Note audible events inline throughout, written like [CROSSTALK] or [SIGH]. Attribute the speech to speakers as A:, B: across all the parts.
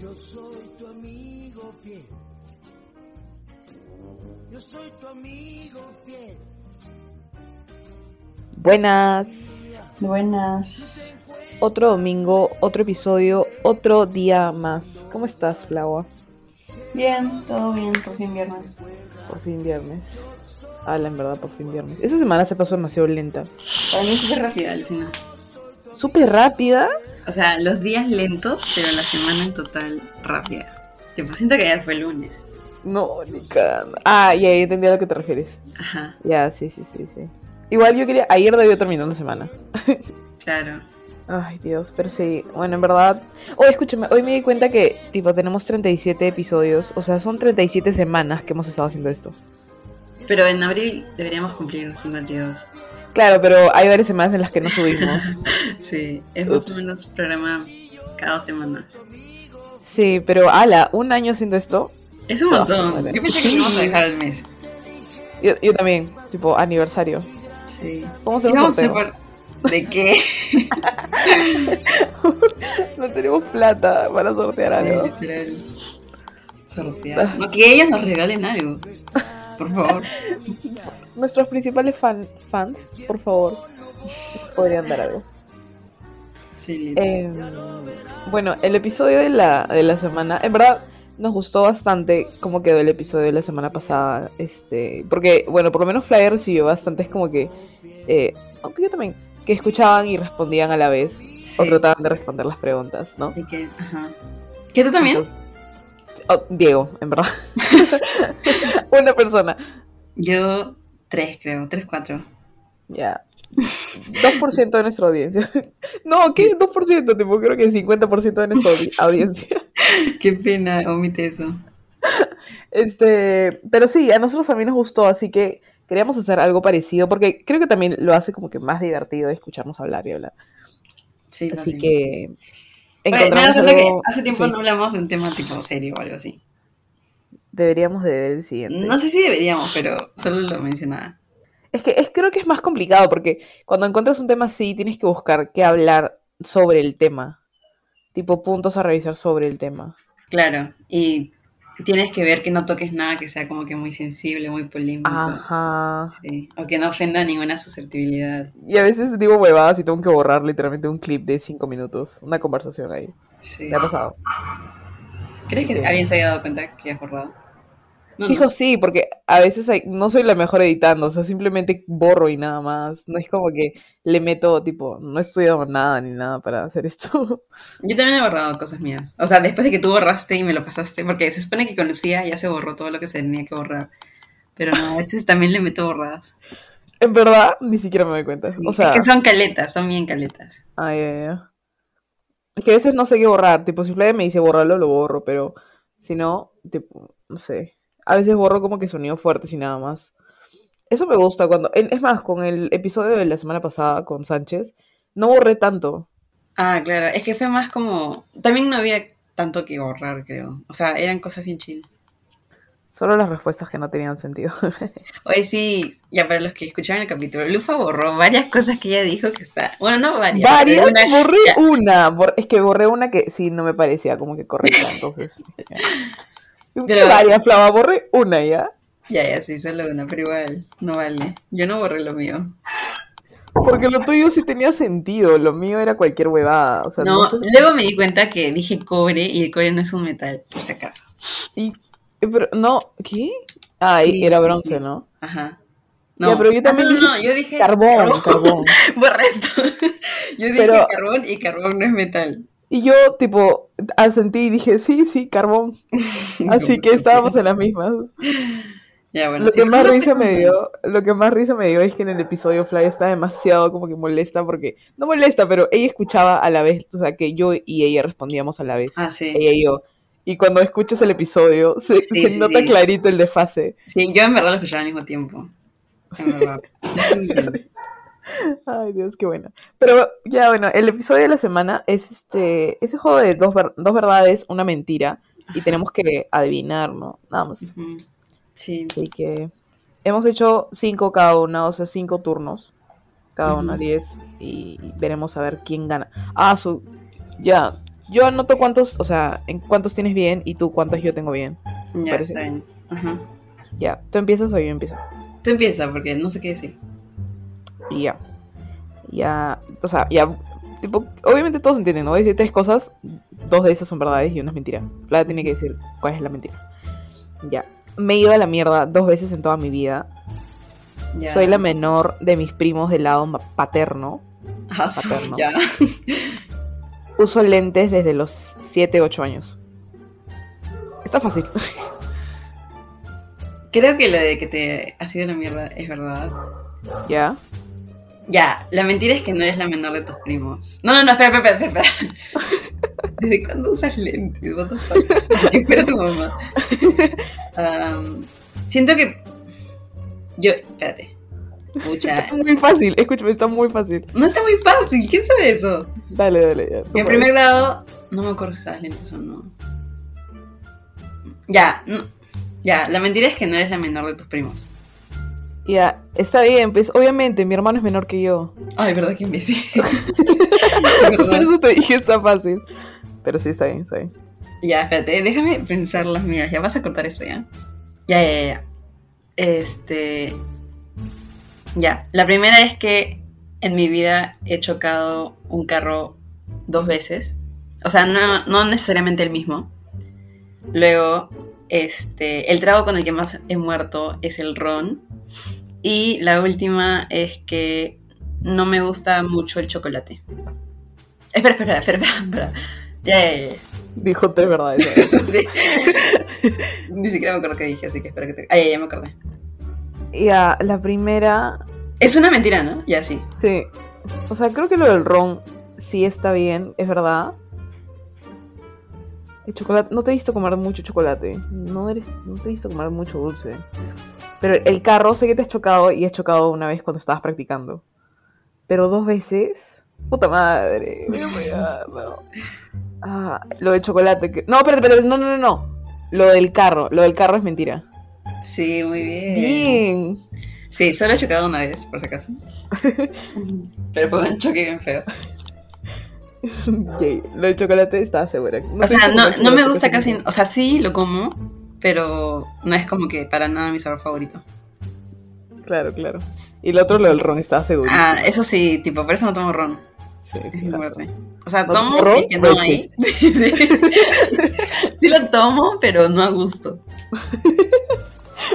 A: Yo soy tu amigo fiel. Yo soy tu amigo fiel.
B: Buenas.
C: Buenas.
B: Otro domingo, otro episodio, otro día más. ¿Cómo estás, Flava?
C: Bien, todo bien, por fin viernes.
B: Por fin viernes. Ala, en verdad, por fin viernes. Esa semana se pasó demasiado lenta.
C: Para mí es súper rápida, Lucina.
B: Súper rápida.
C: O sea, los días lentos, pero la semana en total rápida. Tipo, siento que ayer fue lunes.
B: No, ni cagando. Ah, ya, ya entendí a lo que te refieres.
C: Ajá,
B: Ya, sí, sí, sí, sí. Igual yo quería. Ayer debió terminar la semana.
C: claro.
B: Ay, Dios, pero sí, bueno, en verdad. Hoy, escúchame, hoy me di cuenta que, tipo, tenemos 37 episodios, o sea, son 37 semanas que hemos estado haciendo esto.
C: Pero en abril deberíamos cumplir un 52.
B: Claro, pero hay varias semanas en las que no subimos.
C: Sí, es más o
B: Ups.
C: menos programa cada dos semanas.
B: Sí, pero ala, un año haciendo esto,
C: Es un
B: Ah,
C: montón.
B: madre.
C: Yo pensé que lo íbamos a dejar al mes.
B: yo, yo también, tipo, aniversario.
C: Sí.
B: Vamos a
C: Y
B: hacer un
C: vamos a
B: sorteo.
C: por... ¿De
B: [LAUGHS]
C: qué?
B: No tenemos plata para sortear algo. Ah.
C: Sí, literal. Sortear. No, que ellas nos regalen algo. Por favor.
B: Nuestros principales fan- fans, por favor, podrían dar algo.
C: Sí, literal.
B: Eh, bueno, el episodio de la, de la semana, en verdad nos gustó bastante cómo quedó el episodio de la semana pasada. Este, porque, bueno, por lo menos Flyer recibió bastantes como que, eh, aunque yo también, que escuchaban y respondían a la vez
C: Sí.
B: o trataban de responder las preguntas, ¿no?
C: De que, ajá. ¿Que tú también?
B: Entonces- oh, Diego, en
C: [LAUGHS]
B: verdad. Una persona.
C: Yo tres, creo, tres, cuatro.
B: Ya. 2% de nuestra audiencia. No, ¿qué? 2%, tipo, creo que 50% de nuestra
C: [LAUGHS]
B: audi- audiencia.
C: [LAUGHS] Qué pena, omite eso.
B: Este, pero sí, a nosotros también nos gustó, así que queríamos hacer algo parecido, porque creo que también lo hace como que más divertido escucharnos hablar y hablar.
C: Sí,
B: Así
C: fácil.
B: que
C: Oye, me he dado
B: encontramos
C: cuenta
B: algo.
C: que hace tiempo
B: sí,
C: no hablamos de un tema tipo serio o algo así.
B: Deberíamos de ver el siguiente.
C: No sé si deberíamos, pero solo lo mencionaba.
B: Es que es, creo que es más complicado, porque cuando encuentras un tema así, tienes que buscar qué hablar sobre el tema. Tipo puntos a revisar sobre el tema.
C: Claro, y tienes que ver que no toques nada que sea como que muy sensible, muy polémico.
B: Ajá.
C: Sí. O que no ofenda ninguna susceptibilidad.
B: Y a veces digo huevadas y tengo que borrar literalmente un clip de cinco minutos, una conversación ahí.
C: Sí.
B: ¿Te ha pasado?
C: ¿Crees que
B: Sí.
C: alguien se haya dado cuenta que has borrado? No,
B: Fijo sí, porque a veces hay- no soy la mejor editando, o sea, simplemente borro y nada más. No es como que le meto, tipo, no he estudiado nada ni nada para hacer esto. [LAUGHS]
C: Yo también he borrado cosas mías. O sea, después de que tú borraste y me lo pasaste, porque se supone que con Lucía ya se borró todo lo que se tenía que borrar. Pero no, a veces también le meto borradas.
B: En verdad, ni siquiera me doy cuenta. [LAUGHS] O sea,
C: es que son caletas, son bien caletas.
B: ay, ay, ay. Es que a veces no sé qué borrar, tipo, si Flavia me dice borrarlo, lo borro, pero si no, tipo, no sé. A veces borro como que sonidos fuertes y nada más. Eso me gusta cuando, en- es más, con el episodio de la semana pasada con Sánchez, no borré tanto.
C: Ah, claro, es que fue más como... También no había tanto que borrar, creo. O sea, eran cosas bien chill.
B: Solo las respuestas que no tenían sentido. [LAUGHS]
C: Hoy sí, ya para los que escucharon el capítulo, Lufa borró varias cosas que ella dijo que está... Bueno, no varias.
B: Varias,
C: pero una-
B: borré
C: ya.
B: una. bor- es que borré una que sí no me parecía como que correcta, entonces. ya.
C: Pero-
B: Varias, Flava, borré una ya.
C: Ya, ya, sí, solo una, pero igual, no vale. Yo no borré lo mío.
B: Porque lo tuyo sí tenía sentido, lo mío era cualquier huevada. O sea, no,
C: No, eh.
B: sé-
C: luego me di cuenta que dije cobre y el cobre no es un metal, por si acaso.
B: y- eh, pero, no, ¿qué? Ah, y
C: Sí,
B: era
C: sí,
B: bronce,
C: sí.
B: ¿no?
C: Ajá.
B: Ya, pero yo
C: Ah,
B: también
C: no,
B: dije
C: no, yo dije
B: Carbón,
C: carbón. [LAUGHS]
B: carbón.
C: Borra esto. [LAUGHS] Yo dije
B: Pero-
C: carbón y carbón no es metal. [LAUGHS]
B: Y yo, tipo, asentí y dije, sí, sí,
C: [LAUGHS]
B: carbón. Así que estábamos en las mismas.
C: Ya, bueno,
B: lo
C: sí,
B: que más
C: no te
B: risa me
C: conté.
B: dio, lo que más risa me dio es que en el episodio Fly está demasiado como que molesta porque no molesta, pero ella escuchaba a la vez, o sea, que yo y ella respondíamos a la vez.
C: Ah, sí.
B: Ella y yo. Y cuando escuchas el episodio se,
C: Sí,
B: se
C: sí,
B: nota
C: sí.
B: clarito el desfase.
C: Sí, yo en verdad lo escuchaba al mismo tiempo.
B: [LAUGHS]
C: En verdad. Es increíble.
B: Ay, Dios, qué bueno. Pero ya bueno, el episodio de la semana es este es un juego de dos, ver- dos verdades, una mentira y tenemos que adivinar, ¿no? Nada más.
C: Ujú. Sí.
B: Así que hemos hecho cinco cada una, o sea, cinco turnos. Cada
C: Ujú.
B: una, diez. Y veremos a ver quién gana. Ah, su. Ya. Yo anoto cuántos, o sea, en cuántos tienes bien y tú cuántas yo tengo bien.
C: Ya,
B: Parece.
C: está bien. Ajá.
B: Ya, tú empiezas o yo empiezo.
C: Tú empieza, porque no sé qué decir.
B: Y ya. Ya, o sea, ya. Tipo, obviamente todos entienden, ¿no? Voy a decir tres cosas, dos de esas son verdades y una es mentira. Plata tiene que decir cuál es la mentira. Ya. Me he ido a la mierda dos veces en toda mi vida.
C: Ya.
B: Soy la menor de mis primos del lado ma- paterno.
C: Ah, su-
B: paterno.
C: Ya.
B: Uso lentes desde los 7, 8 años. Está fácil. [LAUGHS]
C: Creo que lo de que te ha sido la mierda es verdad.
B: ya.
C: Ya, la mentira es que no eres la menor de tus primos. No, no, no, espera, espera, espera. espera. [LAUGHS] ¿Desde cuándo usas lentes? What the fuck? [LAUGHS] ¿Qué fuera tu mamá? Am, siento que. Yo, espérate. Pucha.
B: Está muy fácil. Escúchame, está muy fácil.
C: No está muy fácil. ¿Quién sabe eso?
B: Dale, dale. Ya, tú
C: En
B: puedes.
C: primer grado, no me acuerdo si usabas lentes o no. Ya, no- ya, la mentira es que no eres la menor de tus primos.
B: Ya, está bien, pues obviamente mi hermano es menor que yo.
C: Ay, ¿verdad que imbécil? [LAUGHS]
B: Por eso te dije está fácil. Pero sí, está bien, está bien.
C: Ya, espérate, déjame pensar las mías. Ya vas a cortar esto, ¿ya? Ya, ya, ya, ya. Este. Ya. La primera es que en mi vida he chocado un carro dos veces. O sea, no, no necesariamente el mismo. Luego, este. El trago con el que más he muerto es el ron. Y la última es que no me gusta mucho el chocolate. Espera, espera, espera, espera. espera. Ya, ya, ya, ya.
B: Dijo tres verdades. [LAUGHS]
C: Sí. [LAUGHS] Ni siquiera me acuerdo qué dije, así que espero que te. Ah, ya, ya me acordé.
B: ya, la primera.
C: Es una mentira, ¿no? Ya sí.
B: Sí. O sea, creo que lo del ron sí está bien, es verdad. El chocolate. No te he visto comer mucho chocolate. No, eres, no te he visto comer mucho dulce. Pero el carro sé que te has chocado y has chocado una vez cuando estabas practicando. Pero dos veces. Puta madre. voy a pegarlo. Ah, lo del chocolate. que- No, espérate, espérate, no, no, no, no. Lo del carro. Lo del carro es mentira.
C: Sí, muy bien.
B: Bien. [LAUGHS]
C: Sí, solo he chocado una vez, por si acaso. Pero fue un choque bien feo.
B: Yay, Lo del chocolate estaba segura.
C: O sea,
B: pienso
C: no,
B: comer
C: no me
B: chocolate
C: gusta
B: casi
C: casi.
B: nunca.
C: O sea, sí lo como, pero no es como que para nada mi sabor favorito.
B: Claro, claro. Y el otro, lo del ron, estaba seguro.
C: Ah, eso sí, tipo, por eso no tomo ron.
B: sí,
C: Es
B: qué
C: mi
B: razón.
C: muerte. O sea,
B: ¿No
C: tomo
B: tomo
C: si
B: ron?
C: es que no
B: Red
C: hay. [LAUGHS] sí, Sí lo tomo, pero no a gusto.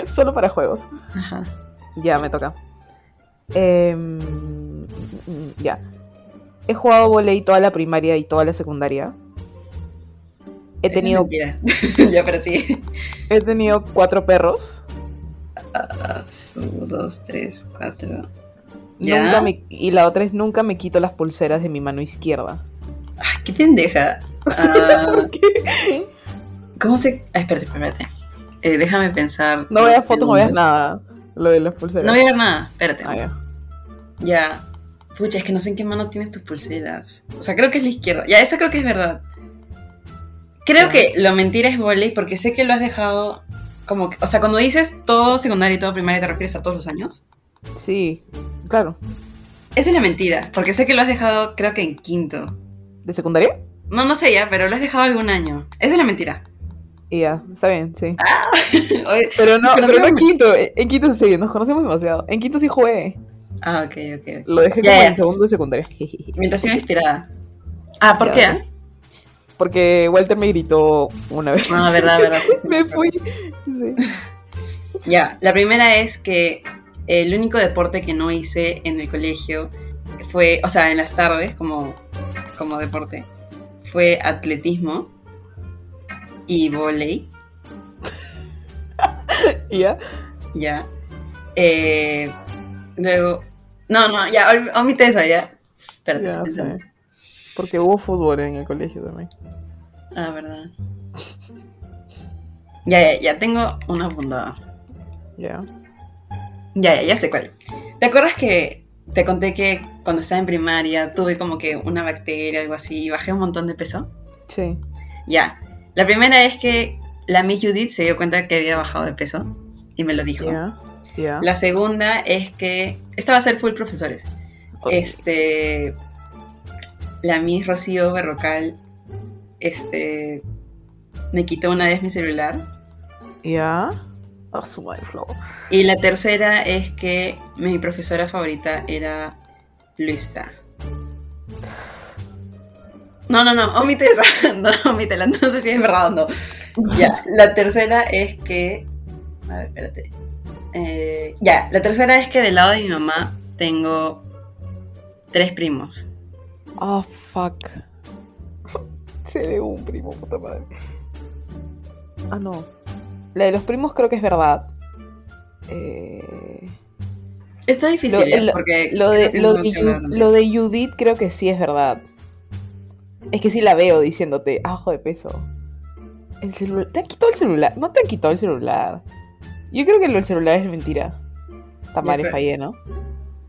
B: [LAUGHS] Solo para juegos.
C: Ajá.
B: Ya, me toca. Em, mm, ya. He jugado volei toda la primaria y toda la secundaria. He
C: Eso es
B: tenido,
C: mentira. [LAUGHS] ya, pero sí.
B: he tenido cuatro perros.
C: Uno, dos, tres, cuatro. ¿Ya?
B: Nunca me- y la otra es nunca me quito las pulseras de mi mano izquierda.
C: Ah, ¡Qué pendeja!
B: [LAUGHS]
C: Ah,
B: ¿Qué?
C: ¿Cómo se...? Ah, espérate, espérate. Eh, déjame pensar.
B: No
C: los
B: veas fotos, no veas
C: segundos.
B: nada. Lo de las pulseras.
C: No voy a ver nada, espérate.
B: Ah, ya.
C: Ya. Pucha, es que no sé en qué mano tienes tus pulseras. O sea, creo que es la izquierda. Ya, eso creo que es verdad. Creo
B: Ya.
C: que lo mentira es voley porque sé que lo has dejado como... que- o sea, cuando dices todo secundario y todo primario, ¿te refieres a todos los años?
B: Sí, claro.
C: Esa es la mentira, porque sé que lo has dejado creo que en quinto.
B: ¿De secundaria?
C: No, no sé ya, pero lo has dejado algún año. Esa es la [LAUGHS] mentira.
B: Y ya, está bien, sí.
C: Oye,
B: Pero no,
C: Pero
B: pero no
C: sí.
B: en quinto. eh, En en quinto sí, nos conocemos demasiado. En quinto sí jugué.
C: Ah, ok, ok. ok.
B: Lo dejé
C: Ya,
B: como
C: ya.
B: en segundo de secundaria. [LAUGHS]
C: Mientras iba inspirada. Ah, ¿por
B: Ya,
C: qué? [LAUGHS]
B: ya. Porque Walter me gritó una vez.
C: Ah, verdad, verdad. sí,
B: [LAUGHS]
C: sí,
B: me
C: me
B: fui. Sí.
C: Ya, la primera es que el único deporte que no hice en el colegio fue, o sea, en las tardes como, como deporte, fue atletismo y volei,
B: Y ya.
C: ya. Eh, luego, no, no, ya, ol- omite esa, ya. Espérate,
B: ya,
C: estoy
B: sí.
C: pensando.
B: Porque hubo fútbol en el colegio también.
C: Ah, verdad. Ya, ya, ya tengo una abundada.
B: Ya.
C: Ya, ya, ya sé cuál. ¿Te acuerdas que te conté que cuando estaba en primaria tuve como que una bacteria, algo así, y bajé un montón de peso?
B: Sí.
C: Ya. La primera es que la Miss Judith se dio cuenta que había bajado de peso y me lo dijo.
B: Ya. Ya.
C: La segunda es que. Esta va a ser full profesores.
B: Ok.
C: Este. La Miss Rocío Berrocal este, me quitó una vez mi celular.
B: ¿Ya? A su madre, Flo.
C: Y la tercera es que mi profesora favorita era Luisa. No, no, no, omite esa. [LAUGHS] No, omítela, no sé si es verdad o no. Ya, la tercera es que. A ver, espérate. Eh, ya, la tercera es que del lado de mi mamá tengo tres primos.
B: Ah, fuck. Se le un primo, puta madre. Ah, no. La de los primos creo que es verdad. Eh,
C: Está difícil,
B: Lo-
C: ya,
B: lo-
C: porque.
B: lo, de,
C: creo que
B: lo,
C: no
B: de
C: tengo
B: Ju-
C: nada.
B: lo de Judith creo que sí es verdad. Es que sí la veo diciéndote, ajo de peso. El celular. ¿Te han quitado el celular? No te han quitado el celular. Yo creo que lo del celular es mentira. Tamare
C: pero-
B: fallé, ¿no?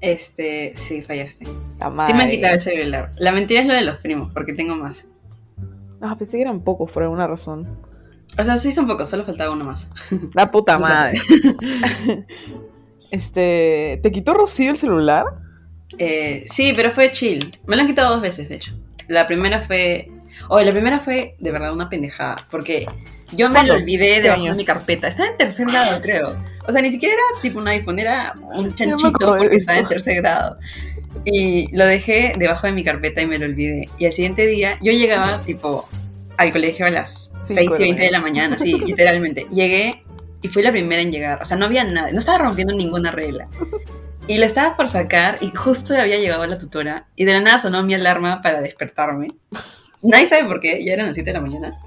C: Este, sí, fallaste.
B: Tamare.
C: Sí me han quitado el celular. La mentira es lo de los primos, porque tengo más.
B: Ah, pensé que eran pocos por alguna razón.
C: O sea, sí son pocos, solo faltaba uno más.
B: La puta madre. [LAUGHS] este. ¿Te quitó Rocío el celular?
C: Eh, sí, pero fue chill. Me lo han quitado dos veces, de hecho. La primera fue. Oh, la primera fue de verdad una pendejada. Porque yo me
B: ¿Cuándo?
C: lo olvidé
B: ¿Qué
C: debajo
B: este año?
C: de mi carpeta. Estaba en tercer grado, creo. O sea, ni siquiera era tipo un iPhone, era un chanchito
B: acuerdo de
C: porque estaba en
B: esto.
C: tercer grado. Y lo dejé debajo de mi carpeta y me lo olvidé. Y al siguiente día, yo llegaba tipo al colegio a las
B: Cinco de la
C: 6 y 20 de
B: mañana.
C: la mañana, sí, literalmente. Llegué y fui la primera en llegar. O sea, no había nada, no estaba rompiendo ninguna regla. Y lo estaba por sacar y justo había llegado la tutora y de la nada sonó mi alarma para despertarme. Nadie sabe por qué, ya eran las 7 de la mañana.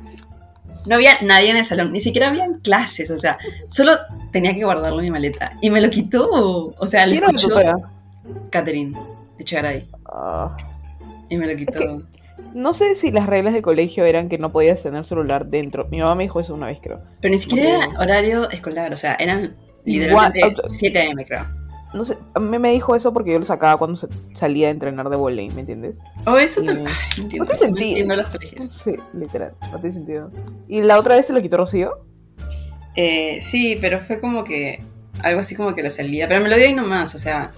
C: No había nadie en el salón, ni siquiera habían clases, o sea, solo tenía que guardarlo en mi maleta. Y me lo quitó, o sea, Ah, le
B: ¿Quién era la
C: escuchó
B: tutora?
C: Catherine Echegaray
B: Ah.
C: y me lo quitó.
B: Es No sé si las reglas del colegio eran que no podías tener celular dentro. Mi mamá me dijo eso una vez, creo.
C: Pero ni siquiera era
B: Ok.
C: horario escolar, o sea, eran
B: Igual,
C: literalmente
B: o
C: 7 a.m. creo.
B: No sé, a mí me dijo eso porque yo lo sacaba cuando se- salía a entrenar de volei, ¿me entiendes?
C: O eso
B: Y-
C: también. Ay, no entiendo,
B: ¿Por qué sentí?
C: entiendo los colegios.
B: Sí, literal, no tiene sentido. ¿Y la otra vez se lo quitó Rocío?
C: Eh, sí, pero fue como que algo así como que la salida, pero me lo dio ahí nomás, o sea,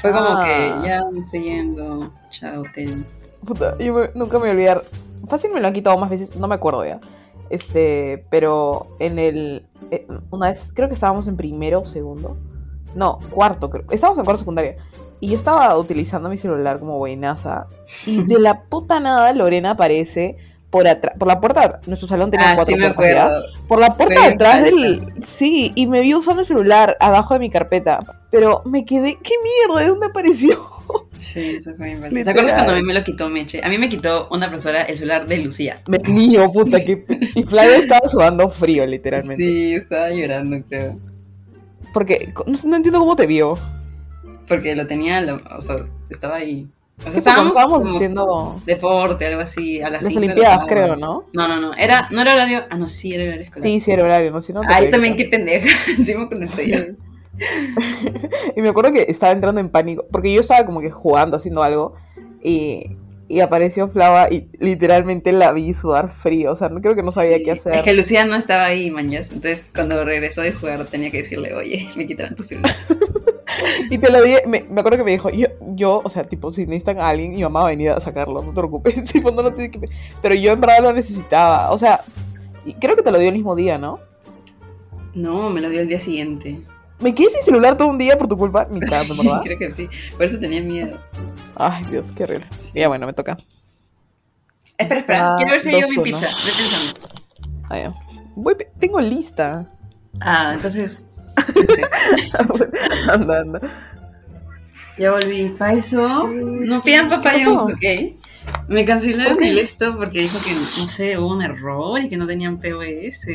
C: fue como
B: Ah.
C: que ya me estoy yendo, chao, ten.
B: Puta, yo me- nunca me voy a olvidar. Fácil me lo han quitado más veces, no me acuerdo ya. Este, pero en el. eh, Una vez, creo que estábamos en primero o segundo. No, cuarto, creo. Estábamos en cuarto secundaria. Y yo estaba utilizando mi celular como buenaza. Y de la puta nada, Lorena aparece por atrás, por la puerta de atrás. Nuestro salón tenía
C: Ah,
B: cuatro
C: sí me
B: puertas, ¿ya?
C: acuerdo.
B: Por la puerta
C: Fue
B: de atrás
C: bien
B: del. Sí, y me vio usando el celular abajo de mi carpeta. Pero me quedé. ¿Qué mierda? ¿De dónde
C: [LAUGHS]
B: apareció?
C: Sí, eso fue bien padre. ¿Te
B: Literal.
C: acuerdas cuando a mí me lo quitó Meche? A mí me quitó una profesora el celular de Lucía.
B: Me niño, puta. [LAUGHS] Que... Y Flavia estaba sudando frío, literalmente.
C: Sí, estaba llorando, creo.
B: Porque co- no, sé- no entiendo cómo te
C: Pues
B: vio.
C: Porque lo tenía, lo- o sea, estaba ahí. O sea,
B: Sí, porque cuando estábamos
C: como
B: haciendo
C: deporte, algo así, a las
B: las
C: cinco de la
B: Olimpiadas,
C: tarde.
B: creo, ¿no?
C: No, no, no. Era, no era horario. Ah, no, sí, era horario escolar.
B: Sí, sí, era horario, ¿no? Si no te
C: Ay,
B: podía
C: también qué
B: quitar.
C: pendeja. [LAUGHS] Sí, me conocí.
B: [LAUGHS] Y me acuerdo que estaba entrando en pánico. Porque yo estaba como que jugando, haciendo algo. Y. y apareció Flava y literalmente la vi sudar frío. O sea, no creo que no sabía qué hacer.
C: Es que Lucía no estaba ahí, mañas. Entonces, cuando regresó de jugar, tenía que decirle, oye, me quitaron tu celular.
B: Y te lo di, me, me acuerdo que me dijo, yo, yo, o sea, tipo, si necesitan a alguien, mi mamá va a venir a sacarlo, no te preocupes, [LAUGHS] tipo, no lo tiene que... Pero yo en verdad lo necesitaba, o sea, y creo que te lo dio el mismo día, ¿no?
C: No, me lo dio el día siguiente.
B: Me quedé sin celular todo un día por tu culpa, [LAUGHS] mi cara, ¿en ¿verdad?
C: [LAUGHS] Creo que sí. Por eso tenía miedo.
B: Ay, Dios, qué horrible. Ya, bueno, me toca.
C: Espera, espera.
B: Ah,
C: Quiero ver si yo mi
B: 2-1.
C: pizza. Estoy pensando.
B: Ah, ya. Voy pe- tengo lista.
C: Ah, entonces. no sé.
B: [LAUGHS] anda, anda.
C: Ya volví. ¿Para eso? No pidan
B: ¿Qué
C: papayos,
B: pasó?
C: ¿ok? Me cancelaron
B: ¿Por qué?
C: el esto porque dijo que, no sé, hubo un error y que no tenían POS.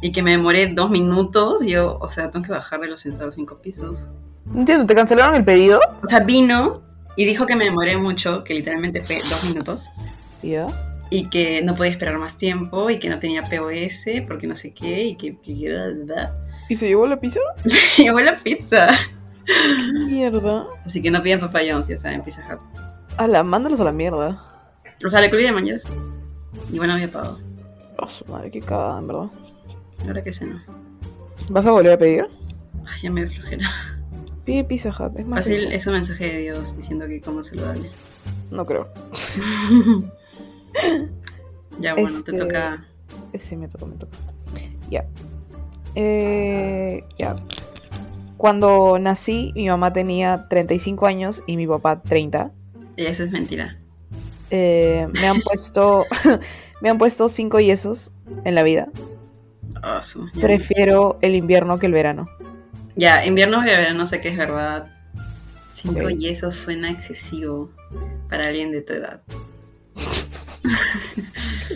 C: Y que me demoré dos minutos. Y yo, o sea, tengo que bajar del ascensor cinco pisos.
B: No entiendo, ¿te cancelaron el pedido?
C: O sea, vino y dijo que me demoré mucho, que literalmente fue dos minutos.
B: Ya.
C: Y que no podía esperar más tiempo y que no tenía POS porque no sé qué. Y que... que, que- da, da, [LAUGHS] da.
B: ¿Y se llevó la pizza?
C: Se llevó la pizza.
B: ¿Qué Ah, mierda? Ala,
C: Así que no pidan papayos, ya saben, Pizza Hut.
B: mándalos a la mierda.
C: O sea, le colgué de mañas. Y bueno, había pagado.
B: Oh, su madre, qué cagada, en verdad.
C: Ahora que cena.
B: ¿Vas a volver a pedir?
C: Ay, ya me dio flojera.
B: Pide Pizza Hut, es más
C: Fácil
B: rico.
C: es un mensaje
B: [LAUGHS]
C: de Dios diciendo que coma saludable.
B: No creo.
C: Ya, bueno, te
B: Este,
C: toca.
B: Sí, me toca, me toca. Ya. Eh, ya. Cuando nací, mi mamá tenía 35 años y mi papá 30.
C: Y eso es mentira.
B: Eh, me han puesto. [LAUGHS] me han puesto 5 yesos en la vida.
C: Ah, su- ya.
B: Prefiero el invierno que el [LAUGHS] verano.
C: Ya, invierno y verano sé que es verdad. Cinco
B: Ok.
C: yesos suena excesivo para alguien de tu edad.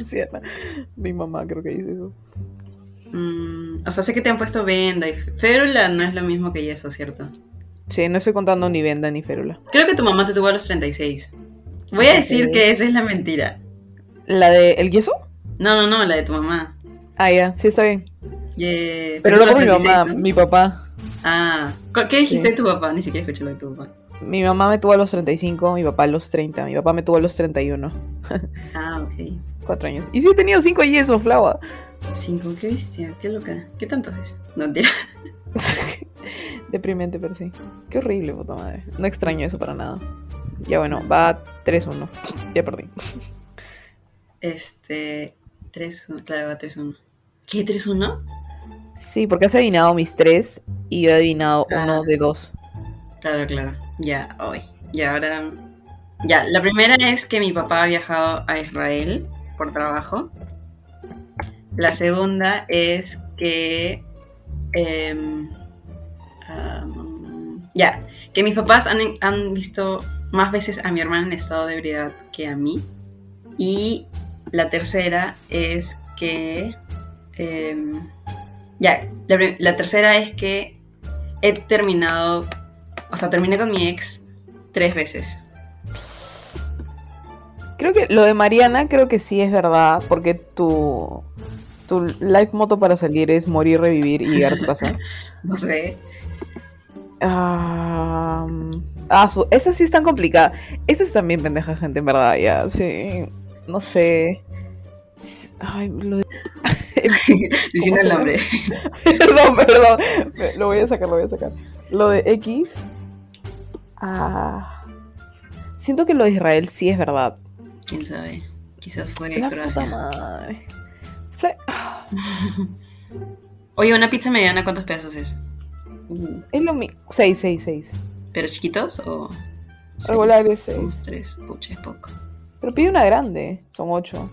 B: Cierra. Mi mamá creo que dice eso.
C: Mm, o sea, sé que te han puesto venda y fe- férula no es lo mismo que yeso, ¿cierto?
B: Sí, no estoy contando ni venda ni férula.
C: Creo que tu mamá te tuvo a los 36. Voy a decir
B: Ok.
C: que esa es la mentira.
B: ¿La de el yeso?
C: No, no, no, la de tu mamá.
B: Ah, ya, sí está bien.
C: Ye- te
B: Pero
C: tuvo
B: no
C: a los
B: por mi mamá,
C: 36, ¿no?
B: mi papá.
C: Ah, ¿cu- ¿qué dijiste
B: Sí.
C: de tu papá? Ni siquiera escuché lo de tu papá.
B: Mi mamá me tuvo a los 35, mi papá a los 30, mi papá me tuvo a los 31.
C: Ah, ok.
B: Cuatro años. Y sí he tenido cinco yesos, Flava. [LAUGHS]
C: Cinco, qué bestia, qué loca. ¿Qué tanto haces? No, mentira. [LAUGHS]
B: Deprimente, pero sí. Qué horrible, puta madre. No extraño eso para nada. Ya bueno, va 3-1. Ya perdí.
C: Este. 3, claro, va 3-1. ¿Qué? ¿3-1?
B: Sí, porque has adivinado mis tres y yo he adivinado uno
C: Ah.
B: de dos.
C: Claro, claro. Ya, hoy. Y ahora. Ya, la primera es que mi papá ha viajado a Israel por trabajo. La segunda es que. em, am, ya, que mis papás han, han visto más veces a mi hermana en estado de ebriedad que a mí. Y la tercera es que. em, ya, la, pri- la tercera es que he terminado o sea, terminé con mi ex tres veces.
B: Creo que lo de Mariana creo que sí es verdad, porque tu, tu life moto para salir es morir, revivir y llegar a tu casa.
C: No sé.
B: Ah, ah, su, esas sí están complicadas. Esas también pendeja gente, en verdad, ya, sí. No sé. S- Ay, lo de- [LAUGHS]
C: Diciendo el
B: se llama?
C: nombre.
B: perdón, perdón. Me- Lo voy a sacar, lo voy a sacar. Lo de X. Ah, siento que lo de Israel sí es verdad.
C: [LAUGHS] ¿Quién sabe? Quizás fue
B: La puta
C: Croacia.
B: madre. Fle-
C: Oye, una pizza mediana, ¿cuántos pedazos es?
B: Es lo mismo. 6, 6, 6.
C: ¿Pero chiquitos o...? seis?
B: Regulares 6.
C: Dos, tres, pucha, es poco.
B: Pero pide una grande. Son 8.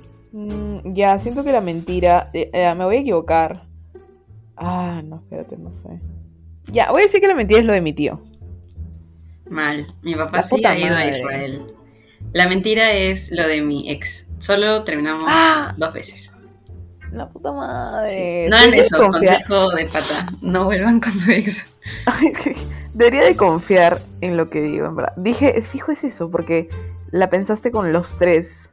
B: ya, siento que la mentira. eh, eh, me voy a equivocar. Ah, no, espérate, no sé. Ya, voy a decir que la mentira es lo de mi tío.
C: Mal. Mi papá
B: La
C: sí
B: puta
C: ha ido a
B: madre.
C: Israel. La mentira es lo de mi ex. Solo terminamos
B: ¡Ah! Eh,
C: dos veces.
B: La puta madre.
C: no hagan
B: Debería
C: eso,
B: de confiar- [LAUGHS]
C: consejo de pata. No vuelvan con su ex.
B: Debería de confiar en lo que digo, en verdad. Dije, fijo es eso, porque la pensaste con los tres.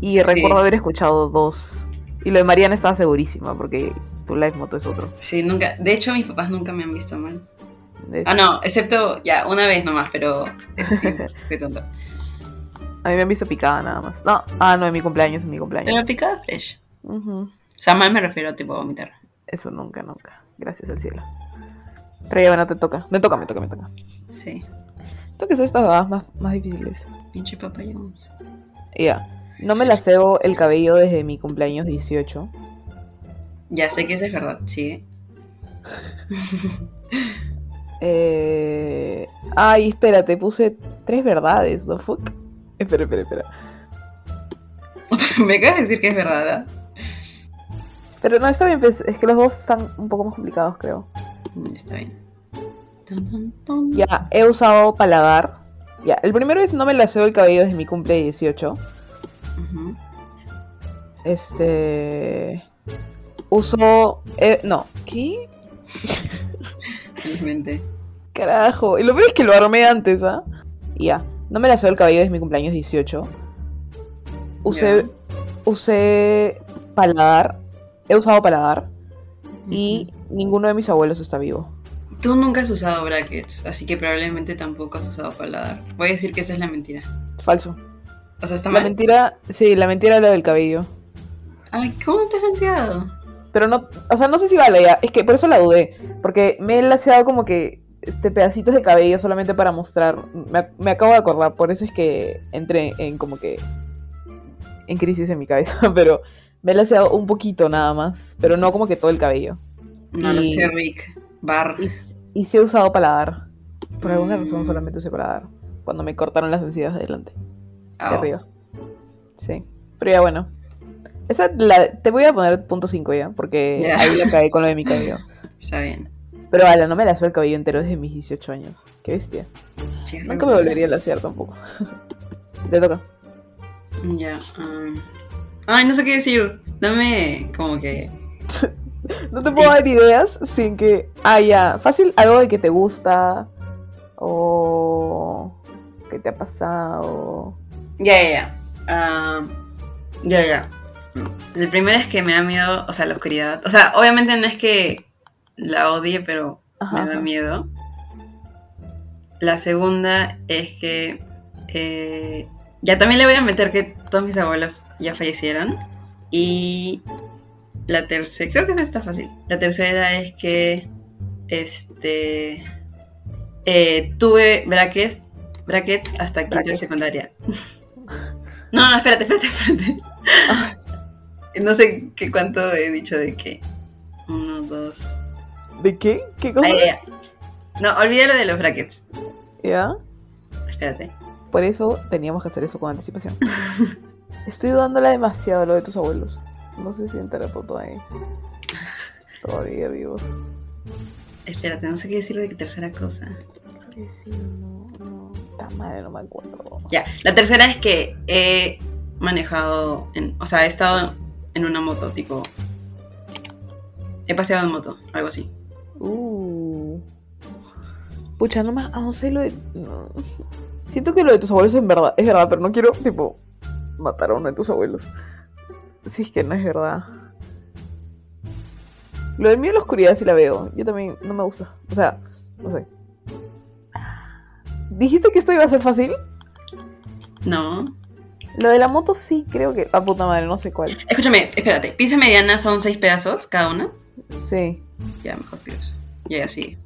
B: Y
C: Sí.
B: recuerdo haber escuchado dos. Y lo de Mariana estaba segurísima, porque tu live moto es otro.
C: Sí, nunca... De hecho, mis papás nunca me han visto mal.
B: Es-
C: Ah, no, excepto ya una vez nomás, pero
B: [LAUGHS]
C: eso sí, qué tonto.
B: A mí me han visto picada nada más. No, ah, no, en mi cumpleaños, en mi cumpleaños.
C: Pero picada fresh.
B: Ujú.
C: O sea, mal me refiero a tipo vomitar.
B: Eso nunca, nunca. Gracias al cielo. Pero ya, bueno, te toca. Me toca, me toca, me toca.
C: Sí,
B: Tengo que hacer estas babas más, más difíciles.
C: pinche Papa Jones.
B: Ya. No me laseo el cabello desde mi cumpleaños 18.
C: Ya sé que eso es verdad, sí. [LAUGHS]
B: Eh... Ay, espérate, puse tres verdades, ¿no? Fuck. Espera, espera, espera.
C: me acabas de decir que es verdad. ah? ¿verdad?
B: Pero no, está bien, pues, es que los dos están un poco más complicados, creo.
C: Mm, Está bien. Tun, tun, tun.
B: Ya, he usado paladar. Ya, el primero es no me laseo el cabello desde mi cumple 18.
C: Ujú.
B: Este. Uso. eh, no. ¿Qué?
C: Felizmente.
B: Carajo. Y lo peor es que lo armé antes, ¿ah? Y Ya. No me laseo el cabello desde mi cumpleaños 18. Usé.
C: Ya.
B: Usé paladar. He usado paladar. Y ninguno de mis abuelos está vivo.
C: Ujú. Tú nunca has usado brackets, así que probablemente tampoco has usado paladar. Voy a decir que esa es la mentira.
B: Falso.
C: O sea, está
B: La
C: mal.
B: mentira. Sí, la mentira es lo del cabello.
C: Ay, ¿cómo te has lanceado?
B: Pero no. O sea, no sé si vale ya. Es que por eso la dudé. Porque me he laseado como que. Este pedacitos de cabello solamente para mostrar. Me, ac- me acabo de acordar. Por eso es que entré en como que. en crisis en mi cabeza, [LAUGHS] pero me la hacía un poquito nada más, pero no como que todo el cabello.
C: No lo
B: Y-
C: sé, Rick. Bar.
B: Y, s- y sí he usado paladar. Por alguna
C: Mm.
B: razón solamente usé paladar. Cuando me cortaron las encías de adelante, de
C: Au.
B: arriba. Sí. Pero ya bueno. Esa la- te voy a poner punto 5 ya, porque
C: Ya.
B: ahí la
C: [LAUGHS]
B: caí con lo de mi cabello.
C: Oh, Está bien.
B: Pero ala, no me lazo el cabello entero desde mis 18 años. Qué bestia.
C: Sí,
B: Nunca me volvería a lasear tampoco. [LAUGHS] Te toca.
C: Ya. um. Ay, no sé qué decir. Dame como que.
B: No te puedo dar ideas sin que haya fácil algo de que te gusta o que te ha pasado.
C: Ya, ya, ya. Um, ya, ya. El primero es que me da miedo, o sea, la oscuridad. O sea, obviamente no es que la odie, pero
B: Ajá,
C: me da
B: ajá.
C: miedo. La segunda es que. eh, ya también le voy a meter que todos mis abuelos ya fallecieron. Y la tercera, creo que esa está fácil. La tercera es que. Este. eh, tuve brackets, brackets hasta quinto de
B: Brackets.
C: secundaria. [LAUGHS] no, no, espérate, espérate, espérate.
B: Ah,
C: no sé qué cuánto he dicho de que. Uno, dos,
B: ¿De qué? ¿Qué cosa?
C: Ah, ya, ya. No, olvídalo de los brackets. eh.
B: ¿Ya?
C: Espérate.
B: Por eso teníamos que hacer eso con
C: [LAUGHS]
B: anticipación. Estoy dudándola demasiado lo de tus abuelos. No sé si entrará por todo
C: [LAUGHS]
B: ahí. Todavía vivos.
C: Espérate, no sé qué decir de qué tercera cosa.
B: Que sí, no, no. Está mal, no me acuerdo.
C: Ya, la tercera es que he manejado, en- o sea, he estado en una moto, tipo... He paseado en moto, algo así.
B: Uh. Pucha, no más. Ah, no sé lo de. no. Siento que lo de tus abuelos es verdad, es verdad, pero no quiero, tipo, matar a uno de tus abuelos. Si es que no es verdad. Lo del mío, la oscuridad sí la veo. Yo también no me gusta. O sea, no sé. ¿Dijiste que esto iba a ser fácil?
C: No.
B: Lo de la moto sí, creo que. Ah, puta madre, no sé cuál.
C: Escúchame, espérate. Pizza mediana son seis pedazos cada una.
B: Sí.
C: Ya, mejor pido eso. Ya, ya, sigue.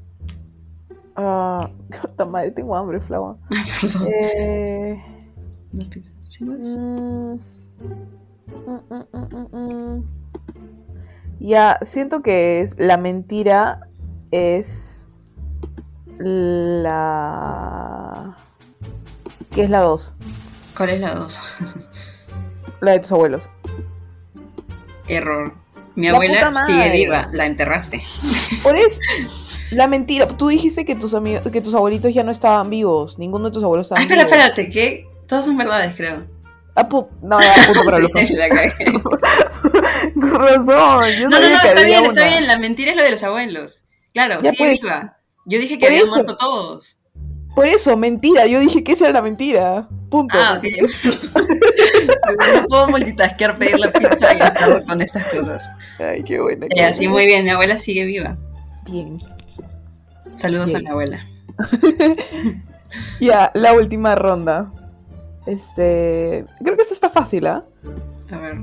B: Ah, [LAUGHS] puta madre, tengo hambre, Flava.
C: [LAUGHS] Perdón.
B: Eh.
C: Dos pizzas. ¿Sí más?
B: Mm. Mm, mm, mm, mm, mm. Ya, siento que es la mentira es la que es la 2,
C: ¿Cuál es la dos?
B: la de tus abuelos.
C: Error. Mi
B: La
C: abuela
B: puta
C: sigue
B: madre.
C: viva, la enterraste.
B: Por
C: [LAUGHS]
B: eso la mentira, tú dijiste que tus amigos que tus abuelitos ya no estaban vivos, ninguno de tus abuelos
C: Ah,
B: estaba Ah,
C: espera, espérate, que todas son verdades, creo.
B: no, ya, punto
C: [LAUGHS]
B: para los dos.
C: La cagué.
B: [LAUGHS] Con razón. yo
C: No, no,
B: sabía
C: no,
B: que
C: está
B: había
C: bien,
B: una.
C: está bien. La mentira es lo de los abuelos. Claro,
B: Ya,
C: sí,
B: pues.
C: viva. Yo dije que
B: Por
C: habían
B: eso.
C: muerto todos.
B: Por eso, mentira, yo dije que esa era la mentira. Punto.
C: Ah, ok. [LAUGHS] no puedo multitaskear, pedir la pizza y estar con estas cosas.
B: Ay, qué buena. qué
C: Eh, así
B: buena.
C: muy bien, mi abuela sigue viva.
B: bien.
C: Saludos a
B: Sí.
C: mi abuela.
B: Ya, la última ronda. Este. Creo que esta está fácil, ¿ah?
C: A ver.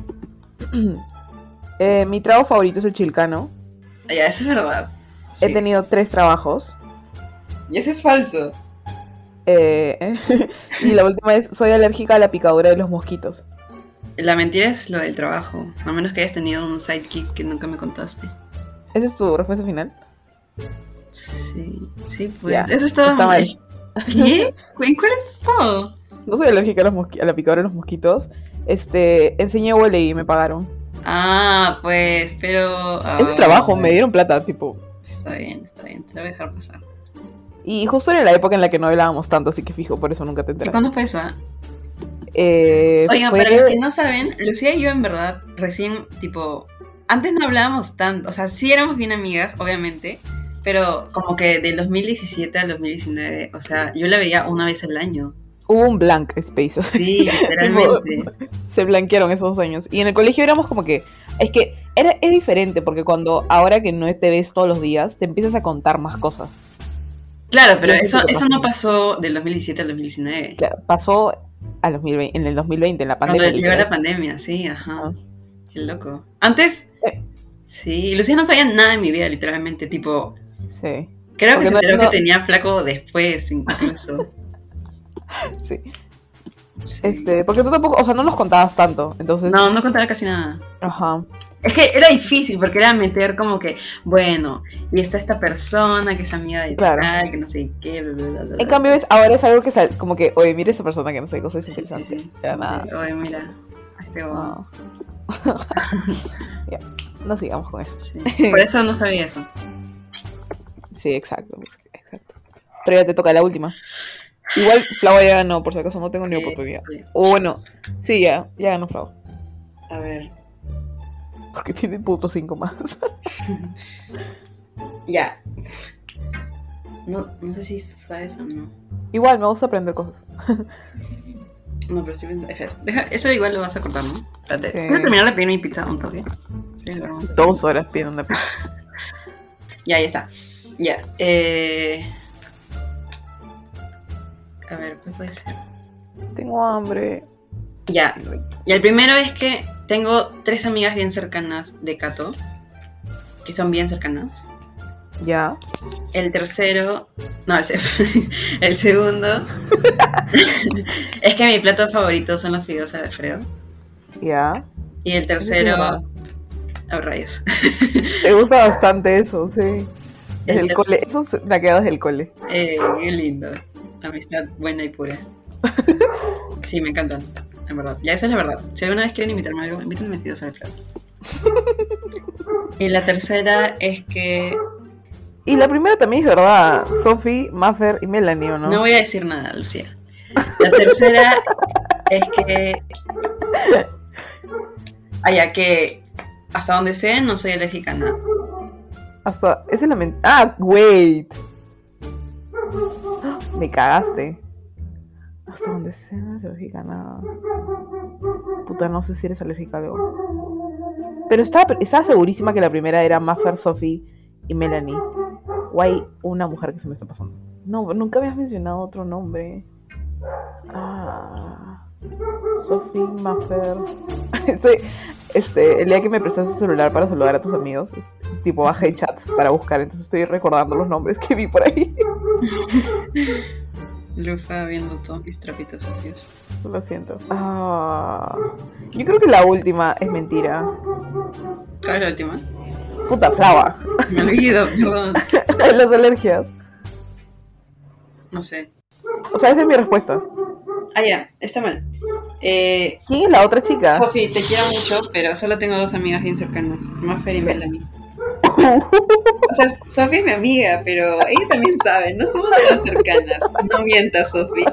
B: Eh, mi trabajo favorito es el chilcano.
C: Ah, Ya, eso es verdad. Sí.
B: He tenido tres trabajos.
C: Y eso es falso.
B: Eh, [LAUGHS] y la última es: soy alérgica a la picadura de los mosquitos.
C: La mentira es lo del trabajo. A menos que hayas tenido un sidekick que nunca me contaste.
B: ¿Esa es tu respuesta final?
C: Sí, sí, pues.
B: Ya,
C: Eso es todo.
B: está mal.
C: ¿Qué? ¿En cuál es todo?
B: No soy alérgica a, los mosqui- a la picadura de los mosquitos. Este. Enseñé huele y me pagaron.
C: Ah, pues, pero.
B: Ese es trabajo, me dieron plata, tipo.
C: Está bien, está bien, te lo voy a dejar pasar.
B: Y justo era la época en la que no hablábamos tanto, así que fijo, por eso nunca te
C: ¿Y
B: enteraste.
C: cuándo fue eso? ah?
B: Eh,
C: Oigan,
B: fue-
C: para los que no saben, Lucía y yo en verdad recién, tipo, antes no hablábamos tanto, o sea, sí éramos bien amigas, obviamente, pero como que del 2017 al 2019, o sea, yo la veía una vez al
B: [LAUGHS]
C: año.
B: Hubo un blank space. [LAUGHS]
C: Sí, literalmente.
B: se blanquearon esos dos años. Y en el colegio éramos como que. Es que era, es diferente, porque cuando ahora que no te ves todos los días, te empiezas a contar más cosas.
C: Claro, pero
B: Yo sé
C: eso,
B: que
C: eso
B: pasó.
C: no pasó del 2017 al 2019.
B: Claro, pasó a los 2020, en el 2020, en la
C: Cuando
B: pandemia.
C: llegó la
B: literal.
C: pandemia, sí, ajá.
B: Ah.
C: Qué loco. Antes,
B: Eh.
C: sí, Lucía no sabía nada de mi vida, literalmente, tipo,
B: Sí,
C: Creo
B: Porque
C: que
B: no-
C: se enteró
B: no-
C: que tenía flaco después, incluso.
B: sí.
C: Sí.
B: [LAUGHS] Este, pues porque tú tampoco, o sea, no los contabas tanto, entonces.
C: No, no contaba casi nada.
B: Ajá.
C: Es que era difícil porque era meter como que, bueno, y está esta persona que es amiga de
B: Claro.
C: tal, que no sé qué, bla, bla, bla, bla,
B: En
C: bla.
B: cambio, es, ahora es algo que sal- como que, oye, mira esa persona que no sé, cosas
C: Sí, sí,
B: interesantes.
C: sí.
B: Ya, nada. Ah.
C: Oye, mira, a este huevón.
B: No. [LAUGHS] ya, no sigamos con eso. [LAUGHS]
C: Sí. Por eso no sabía eso.
B: Sí, exacto. pues, exacto. Pero ya te toca la última. Igual Flava ya ganó, por si acaso no tengo ni
C: Eh,
B: oportunidad.
C: eh,
B: O bueno, sí, ya, ya ganó Flava.
C: A ver.
B: Porque tiene punto 5 más. [LAUGHS]
C: Ya. No, no sé si sabes o no.
B: Igual, me gusta aprender cosas.
C: No, pero sí pensé- espera, deja- Eso igual lo vas a cortar, ¿no? Espérate.
B: Sí.
C: Voy a terminar de pedir mi pizza un toque. Sí, lo vamos a-
B: Dos horas pidiendo una pizza.
C: Ya, ya está. Ya. Eh... A ver, ¿qué puede ser?
B: Tengo hambre.
C: Ya. Y el primero es que tengo tres amigas bien cercanas de Cato, que son bien cercanas.
B: Ya.
C: El tercero, no, el, se- [LAUGHS] el segundo, [LAUGHS] es que mi plato favorito son los fideos al Alfredo.
B: Ya.
C: Y el tercero, oh rayos.
B: Te gusta bastante eso, sí. Desde
C: El
B: el cole.
C: terc-
B: Eso se- me ha quedado desde el cole.
C: [LAUGHS] Eh, qué lindo. Amistad buena y pura. Sí, me encantan. En verdad. Ya esa es la verdad. Si alguna vez quieren invitarme a algo, invítenme a fideos al Alfredo. Y la tercera es que
B: Y la primera también es verdad. Sophie, Maffer y Melanie, ¿o no?
C: No voy a decir nada, Lucía. La tercera es que. Allá que. Hasta donde sé, no soy alérgica a nada.
B: Hasta. Esa es la men- Ah, wait. Me cagaste. Hasta donde sea no es alérgica a nada. Puta, no sé si eres alérgica a algo. Pero estaba, estaba segurísima que la primera era Maffer, Sophie y Melanie. Guay, una mujer que se me está pasando. No, nunca habías mencionado otro nombre. Ah. Sophie Maffer. [LAUGHS] Estoy, este, el día que me prestaste tu celular para saludar a tus amigos, es- tipo bajé chats para buscar, entonces estoy recordando los nombres que vi por ahí. [LAUGHS]
C: Lufa viendo todos mis trapitos sucios.
B: Lo siento. Ah, yo creo que la última es mentira.
C: ¿Cuál es la última?
B: Puta flava. [LAUGHS]
C: Me olvido, perdón.
B: Las alergias.
C: No sé.
B: O sea, esa es mi respuesta.
C: Ah, ya, está mal. Eh,
B: ¿Quién es la otra chica?
C: Sofi, te quiero mucho, pero solo tengo dos amigas bien cercanas: Maffer y Melanie. O sea, Sofi es mi amiga, pero ella también sabe, no somos tan cercanas. No mientas, Sofi.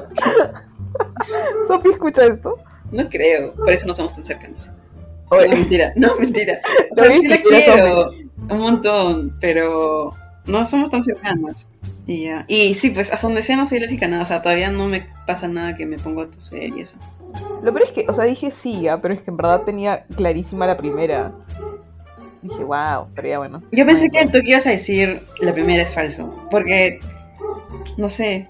B: [LAUGHS] Sophie escucha esto.
C: No creo, por eso no somos tan cercanos. No,
B: Oye,
C: mentira, no, mentira. O
B: Lo
C: sea, sí la
B: viste, tía
C: quiero un montón, pero no somos tan cercanas. Y ya. Y sí, pues hasta donde sea no soy alérgica a nada, o sea, todavía no me pasa nada que me pongo a toser y eso.
B: Lo peor es que, o sea, dije sí, ya, pero es que en verdad tenía clarísima la primera. Dije, wow, pero ya bueno.
C: Yo pensé que tú que ibas a decir la primera es falso, porque no sé.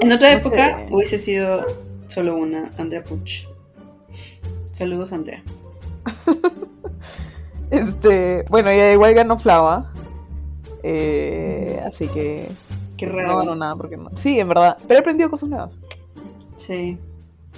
C: En otra
B: No
C: época
B: sé.
C: hubiese sido solo una, Andrea Puch. Saludos, Andrea.
B: Este, bueno, ya igual ganó Flava. Eh, así que.
C: Qué
B: No
C: raro.
B: ganó nada porque no. Sí, en verdad. Pero he aprendido cosas nuevas.
C: Sí.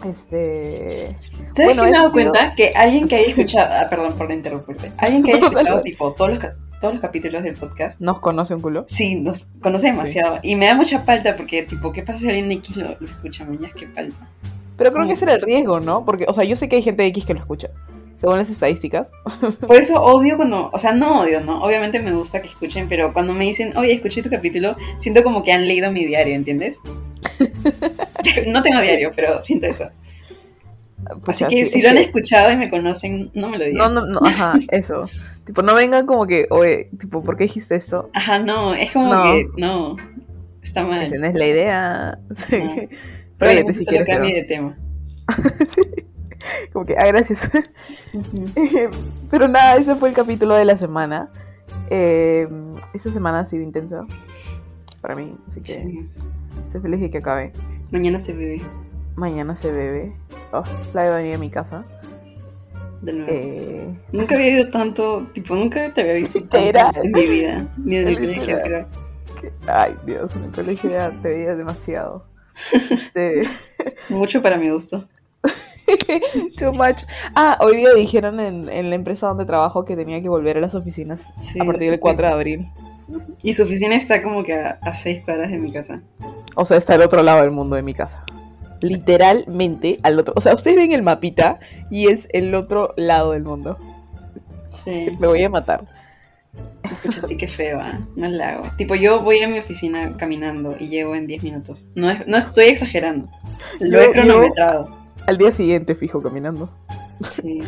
B: Este.
C: ¿Sabes
B: Bueno,
C: qué me he
B: eso
C: dado
B: ha sido-
C: cuenta? Que
B: [LAUGHS]
C: alguien que haya escuchado, ah, perdón por interrumpirte, alguien que haya escuchado tipo todos los, ca- todos los capítulos del podcast,
B: Nos conoce un culo.
C: sí, nos conoce demasiado. Y me da mucha palta porque tipo, ¿qué pasa si alguien X lo, lo escucha? Mañas, qué palta.
B: Pero creo que
C: Mm.
B: ese era el riesgo, ¿no? Porque, o sea, yo sé que hay gente X que lo escucha. Según las estadísticas.
C: Por eso odio cuando, o sea, no odio, ¿no? Obviamente me gusta que escuchen, pero cuando me dicen, oye, escuché tu capítulo, siento como que han leído mi
B: [LAUGHS]
C: diario, ¿entiendes? no tengo diario, pero siento eso.
B: Pues,
C: Así que
B: es
C: si lo han escuchado y me conocen, no me lo
B: No,
C: digan.
B: no, no, ajá, eso. Tipo, no vengan como que, oye, tipo, ¿por qué dijiste eso?
C: Ajá, no, es como
B: No.
C: que, no, está mal.
B: Esa no es la idea. [LAUGHS] Sí.
C: No.
B: Ríete
C: Probablemente
B: si
C: solo
B: quieres.
C: cambie
B: pero-
C: de tema.
B: Como que, ah, gracias. [LAUGHS] Pero nada, ese fue el capítulo de la semana. Eh, esta semana ha sido intensa para mí, así que
C: Sí.
B: estoy feliz de que acabe.
C: Mañana se vive
B: Mañana se bebe. Oh, la de venir a mi casa.
C: de nuevo.
B: Eh,
C: Nunca había ido tanto, tipo, nunca te había visto tanto
B: Literal.
C: en mi vida, ni en el
B: Literal.
C: colegio, creo.
B: que- ay, Dios, en el colegio ya te veías demasiado. Este, [LAUGHS]
C: Mucho para mi gusto.
B: Too much. Ah, hoy día dijeron en, en la empresa donde trabajo que tenía que volver a las oficinas
C: Sí,
B: a partir
C: sí,
B: del 4 de abril.
C: Y su oficina está como que a, a seis cuadras de mi casa.
B: O sea, está al otro lado del mundo de mi casa. Literalmente al otro. O sea, ustedes ven el mapita y es el otro lado del mundo.
C: Sí.
B: Me voy a matar.
C: Pucha, sí que feo, ¿ah? No la hago. Tipo, yo voy a mi oficina caminando y llego en 10 minutos. No, es- no estoy exagerando. Lo
B: Yo-
C: he
B: yo-
C: cronometrado.
B: Al día siguiente fijo caminando.
C: Sí.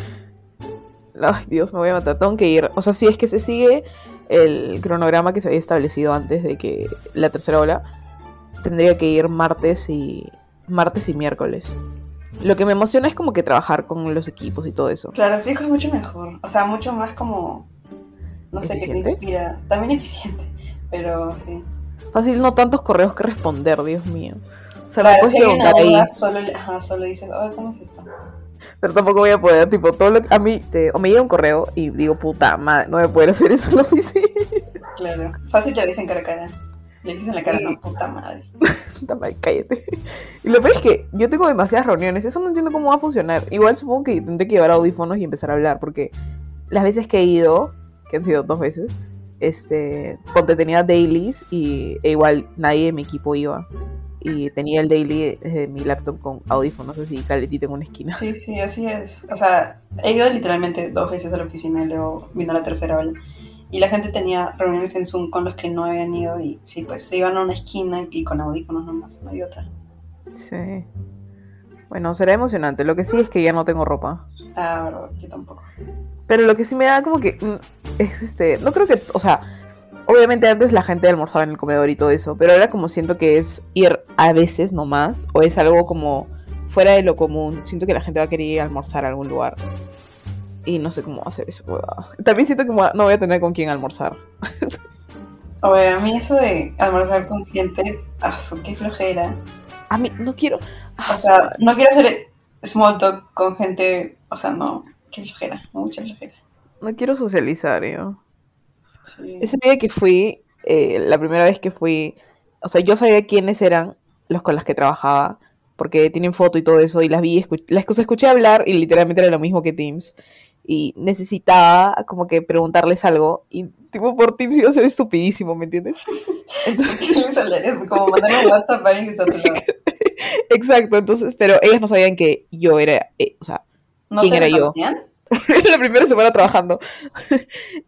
B: Ay, Dios, me voy a matar. Tengo que ir. O sea, si es que se sigue el cronograma que se había establecido antes de que la tercera ola, tendría que ir martes y martes y miércoles. Lo que me emociona es como que trabajar con los equipos y todo eso.
C: Claro, fijo es mucho mejor. O sea, mucho más como. No sé qué te
B: ¿Eficiente?
C: inspira. También eficiente. Pero sí.
B: Fácil, no tantos correos que responder, Dios mío. O sea, me
C: Claro,
B: puedes
C: si hay una
B: preguntar ahí,
C: duda, solo, le- ajá, solo dices, oye, ¿cómo es esto?
B: pero tampoco voy a poder, tipo, todo lo que- a mí, te- o me llega un correo y digo, puta madre, no voy a poder hacer eso en la oficina. [LAUGHS]
C: Claro. Fácil te lo dicen cara a cara. Le dices en la cara,
B: Sí.
C: no, puta madre.
B: Puta madre, cállate. Y lo peor es que yo tengo demasiadas reuniones, eso no entiendo cómo va a funcionar. Igual supongo que tendré que llevar audífonos y empezar a hablar, porque las veces que he ido, que han sido dos veces, este, ponte tenía dailies y e igual nadie de mi equipo iba. Y tenía el daily desde mi laptop con audífonos así, caletito en una esquina. [LAUGHS]
C: Sí, sí, así es. O sea, he ido literalmente dos veces a la oficina y luego vino la tercera ola. Y la gente tenía reuniones en Zoom con los que no habían ido y sí, pues se iban a una esquina y con audífonos nomás, no hay otra.
B: Sí. Bueno, será emocionante. Lo que sí es que ya no tengo ropa.
C: Ah, verdad, yo tampoco.
B: Pero lo que sí me da como que mm, es este, no creo que, o sea, obviamente antes la gente almorzaba en el comedor y todo eso, pero ahora como siento que es ir a veces nomás o es algo como fuera de lo común, siento que la gente va a querer ir a almorzar a algún lugar. Y no sé cómo hacer eso. huevada. También siento que me va- no voy a tener con quién almorzar.
C: Oye, a mí eso de almorzar con gente, asu, qué flojera.
B: A mí no quiero. ah,
C: O sea, no quiero hacer small talk con gente, o sea, no, qué flojera, mucha flojera.
B: no quiero socializar, ¿eh? yo.
C: Sí. [LAUGHS]
B: Ese día que fui, eh, la primera vez que fui, o sea, yo sabía quiénes eran los con las que trabajaba, porque tienen foto y todo eso, y las vi, escu- las que escuché hablar y literalmente era lo mismo que Teams. Y necesitaba como que preguntarles algo, y tipo por Teams iba a ser estupidísimo, ¿me entiendes? [LAUGHS] Entonces,
C: Es como mandarle un WhatsApp a alguien que está a tu lado.
B: exacto, entonces, pero ellas no sabían que yo era, eh, o sea,
C: ¿No
B: ¿Quién
C: te
B: era yo?
C: reconocían?
B: Era [LAUGHS] la primera semana trabajando.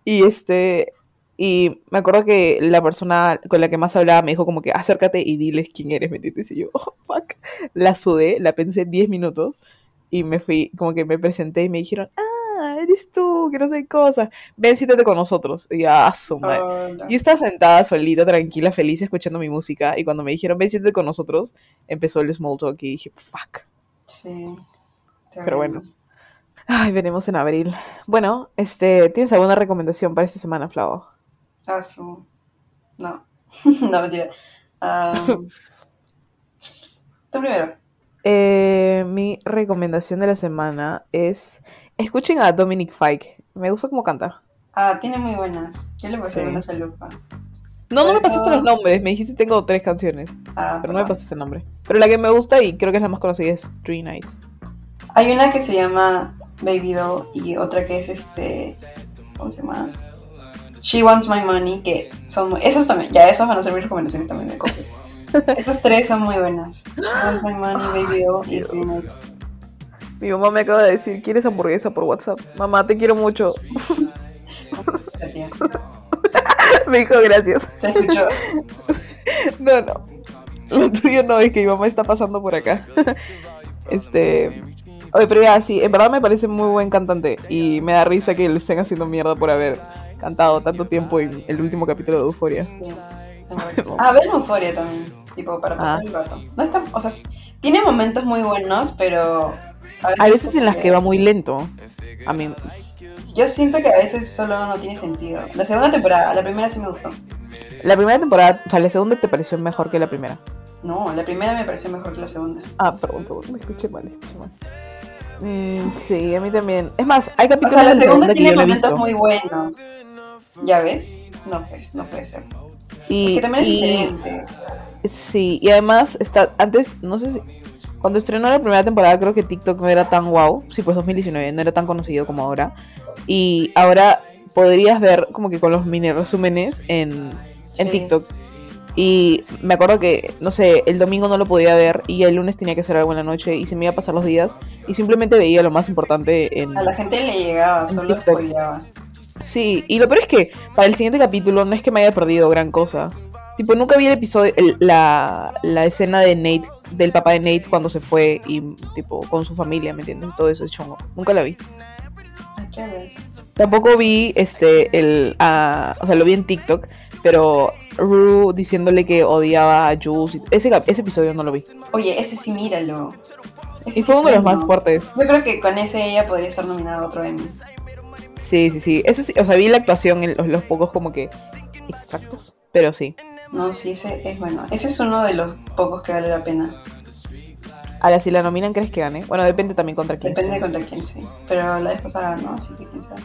B: y este. Y me acuerdo que la persona con la que más hablaba me dijo como que acércate y diles quién eres, ¿me entiendes? Y yo, [LAUGHS] oh, fuck. La sudé, la pensé 10 minutos y me fui, como que me presenté y me dijeron, ah, eres tú, que no sé qué cosa. Ven, siéntate con nosotros. Y ya, ah, su madre.
C: Hola.
B: Yo estaba sentada solita, tranquila, feliz, escuchando mi música. Y cuando me dijeron, ven, siéntate con nosotros, empezó el small talk y dije, fuck.
C: Sí.
B: Pero bueno. Ay, veremos en abril. Bueno, este, ¿tienes alguna recomendación para esta semana, Flavo?
C: A Ah, su... No. [LAUGHS] no, mentira. Am, tú primero.
B: Eh, mi recomendación de la semana es escuchen a Dominic Fike. Me gusta cómo canta.
C: Ah, tiene muy buenas. Yo le pasé
B: Sí.
C: unas a Lupa.
B: No, no me pasaste
C: Pero-
B: los nombres, me dijiste tengo tres canciones,
C: Ah,
B: pero no me
C: perdón.
B: pasaste el nombre. Pero la que me gusta y creo que es la más conocida es Three Nights.
C: Hay una que se llama Baby Doll y otra que es este. ¿Cómo se llama? She Wants My Money, que son muy- Esas también, ya esas van a ser mis recomendaciones
B: [LAUGHS]
C: también de copio. Esas tres son muy buenas. She Wants My Money, Baby Doll y Three Nights.
B: Mi mamá me acaba de decir, ¿quieres hamburguesa por WhatsApp? Mamá, te quiero mucho. [LAUGHS]
C: La tía.
B: me dijo gracias.
C: Se escuchó.
B: No, no. Lo tuyo no, es que mi mamá está pasando por acá. [LAUGHS] Este. Oye, pero ya, sí, en verdad me parece muy buen cantante. Y me da risa que lo estén haciendo mierda por haber cantado tanto tiempo en el último capítulo de Euforia.
C: Sí. Ah, ver Euforia también, tipo para pasar
B: Ah.
C: el rato. No es tan, o sea, tiene momentos muy buenos, pero a veces,
B: Hay veces en las
C: como
B: que va muy lento. A mí.
C: Yo siento que a veces solo no tiene sentido. La segunda temporada, la primera sí me gustó.
B: La primera temporada, o sea, la segunda te pareció mejor que la primera.
C: No, la primera me pareció mejor que la segunda.
B: Ah, perdón, perdón, me escuché mal, escuché mal. Mm, sí, a mí también. Es más, hay
C: O
B: capítulos
C: sea, la
B: de
C: segunda
B: que yo
C: tiene
B: no he
C: momentos
B: visto.
C: muy buenos. ¿Ya ves? No, pues, no puede ser.
B: Y,
C: Es que también es
B: y-
C: diferente.
B: Sí, y además está antes, no sé si Cuando estrenó la primera temporada creo que TikTok no era tan wow, sí pues 2019 no era tan conocido como ahora y ahora podrías ver como que con los mini resúmenes en, en
C: Sí.
B: TikTok y me acuerdo que no sé el domingo no lo podía ver y el lunes tenía que hacer algo en la noche y se me iba a pasar los días y simplemente veía lo más importante en
C: A la gente le llegaba, solo
B: TikTok.
C: spoileaba.
B: sí y lo peor es que para el siguiente capítulo no es que me haya perdido gran cosa tipo nunca vi el episodio el- la, la escena de Nate del papá de Nate cuando se fue y tipo con su familia me entiendes todo eso es chongo nunca la vi
C: Ay, qué ves.
B: Tampoco vi este el ah, o sea, lo vi en TikTok, pero Rue diciéndole que odiaba a Juice. y- Ese, cap- ese episodio no lo vi.
C: Oye, ese sí, míralo. Ese
B: Y
C: sí,
B: fue uno de los más
C: míralo.
B: fuertes.
C: Yo creo que con ese ella podría ser nominada a otro Emmy.
B: Sí, sí, sí. Eso sí, o sea, vi la actuación en los, los pocos como que extractos, pero sí.
C: No, sí, ese es bueno. Ese es uno de los pocos que vale la pena.
B: A la si la nominan, ¿crees que gane? Bueno, depende también contra quién.
C: Depende
B: esté.
C: contra quién sí. Pero la vez pasada no, así que quién sabe.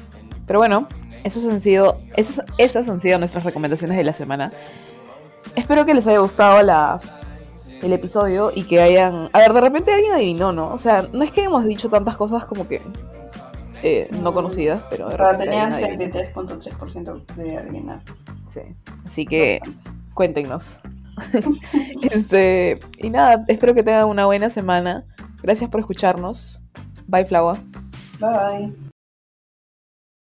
B: Pero bueno, esos han sido, esas, esas han sido nuestras recomendaciones de la semana. Espero que les haya gustado la, el episodio y que hayan... A ver, de repente alguien adivinó, ¿no? O sea, no es que hemos dicho tantas cosas como que eh, no conocidas, pero...
C: O
B: de
C: sea,
B: repente
C: tenían
B: alguien adivinó.
C: 33.3% de adivinar.
B: Sí. Así que
C: Bastante. [LAUGHS]
B: cuéntenos. [LAUGHS] Este, y nada, espero que tengan una buena semana. Gracias por escucharnos. Bye, Flava.
C: Bye.